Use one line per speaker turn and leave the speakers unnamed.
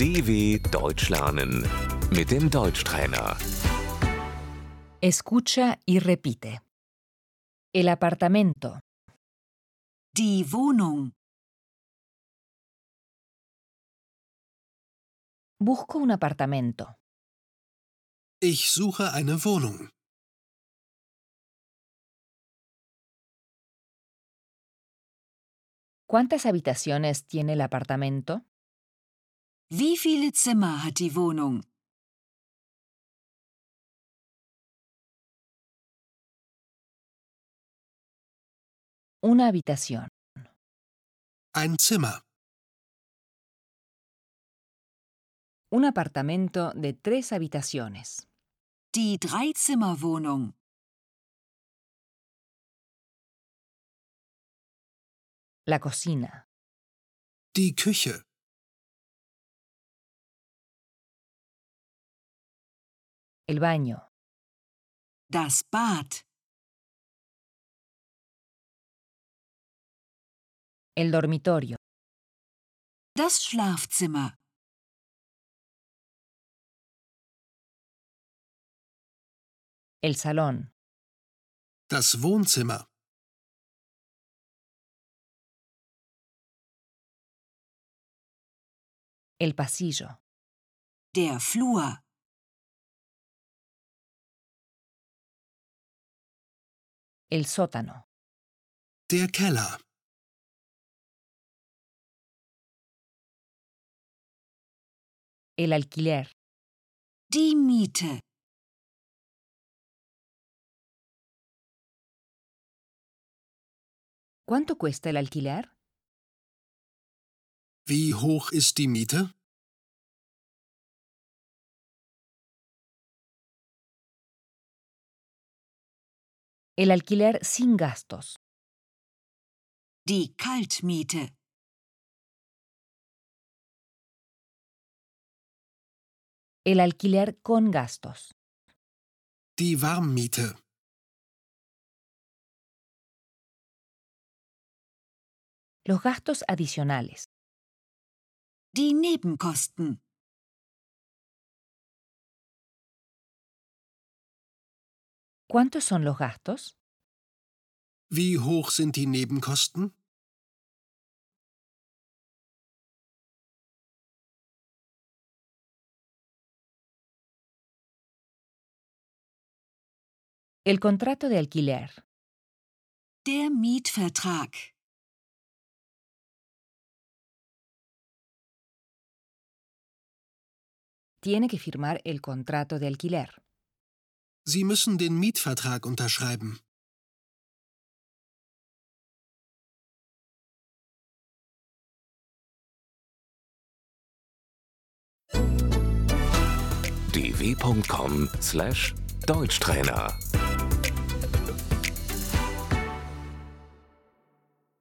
DW Deutsch lernen mit dem Deutschtrainer.
Escucha y repite. El apartamento,
Die Wohnung.
busco un apartamento,
Ich suche eine Wohnung.
¿cuántas habitaciones tiene el apartamento?
Wie viele Zimmer hat die Wohnung?
Una habitación.
Ein Zimmer.
Un apartamento de tres habitaciones.
Die Dreizimmerwohnung.
La cocina,
Die Küche.
el baño,
Das Bad.
el dormitorio,
Das Schlafzimmer.
el salón,
Das Wohnzimmer.
el pasillo,
Der Flur.
el sótano,
Der Keller.
el alquiler,
Die Miete.
¿Cuánto cuesta el alquiler?
Wie hoch ist die Miete?
El alquiler sin gastos,
Die Kaltmiete.
el alquiler con gastos,
Die Warmmiete.
los gastos adicionales,
Die Nebenkosten.
¿Cuántos son los gastos?
Wie hoch sind die Nebenkosten?
El contrato de alquiler,
Der Mietvertrag.
tiene que firmar el contrato de alquiler.
Sie müssen den Mietvertrag unterschreiben.
dw.com/deutschtrainer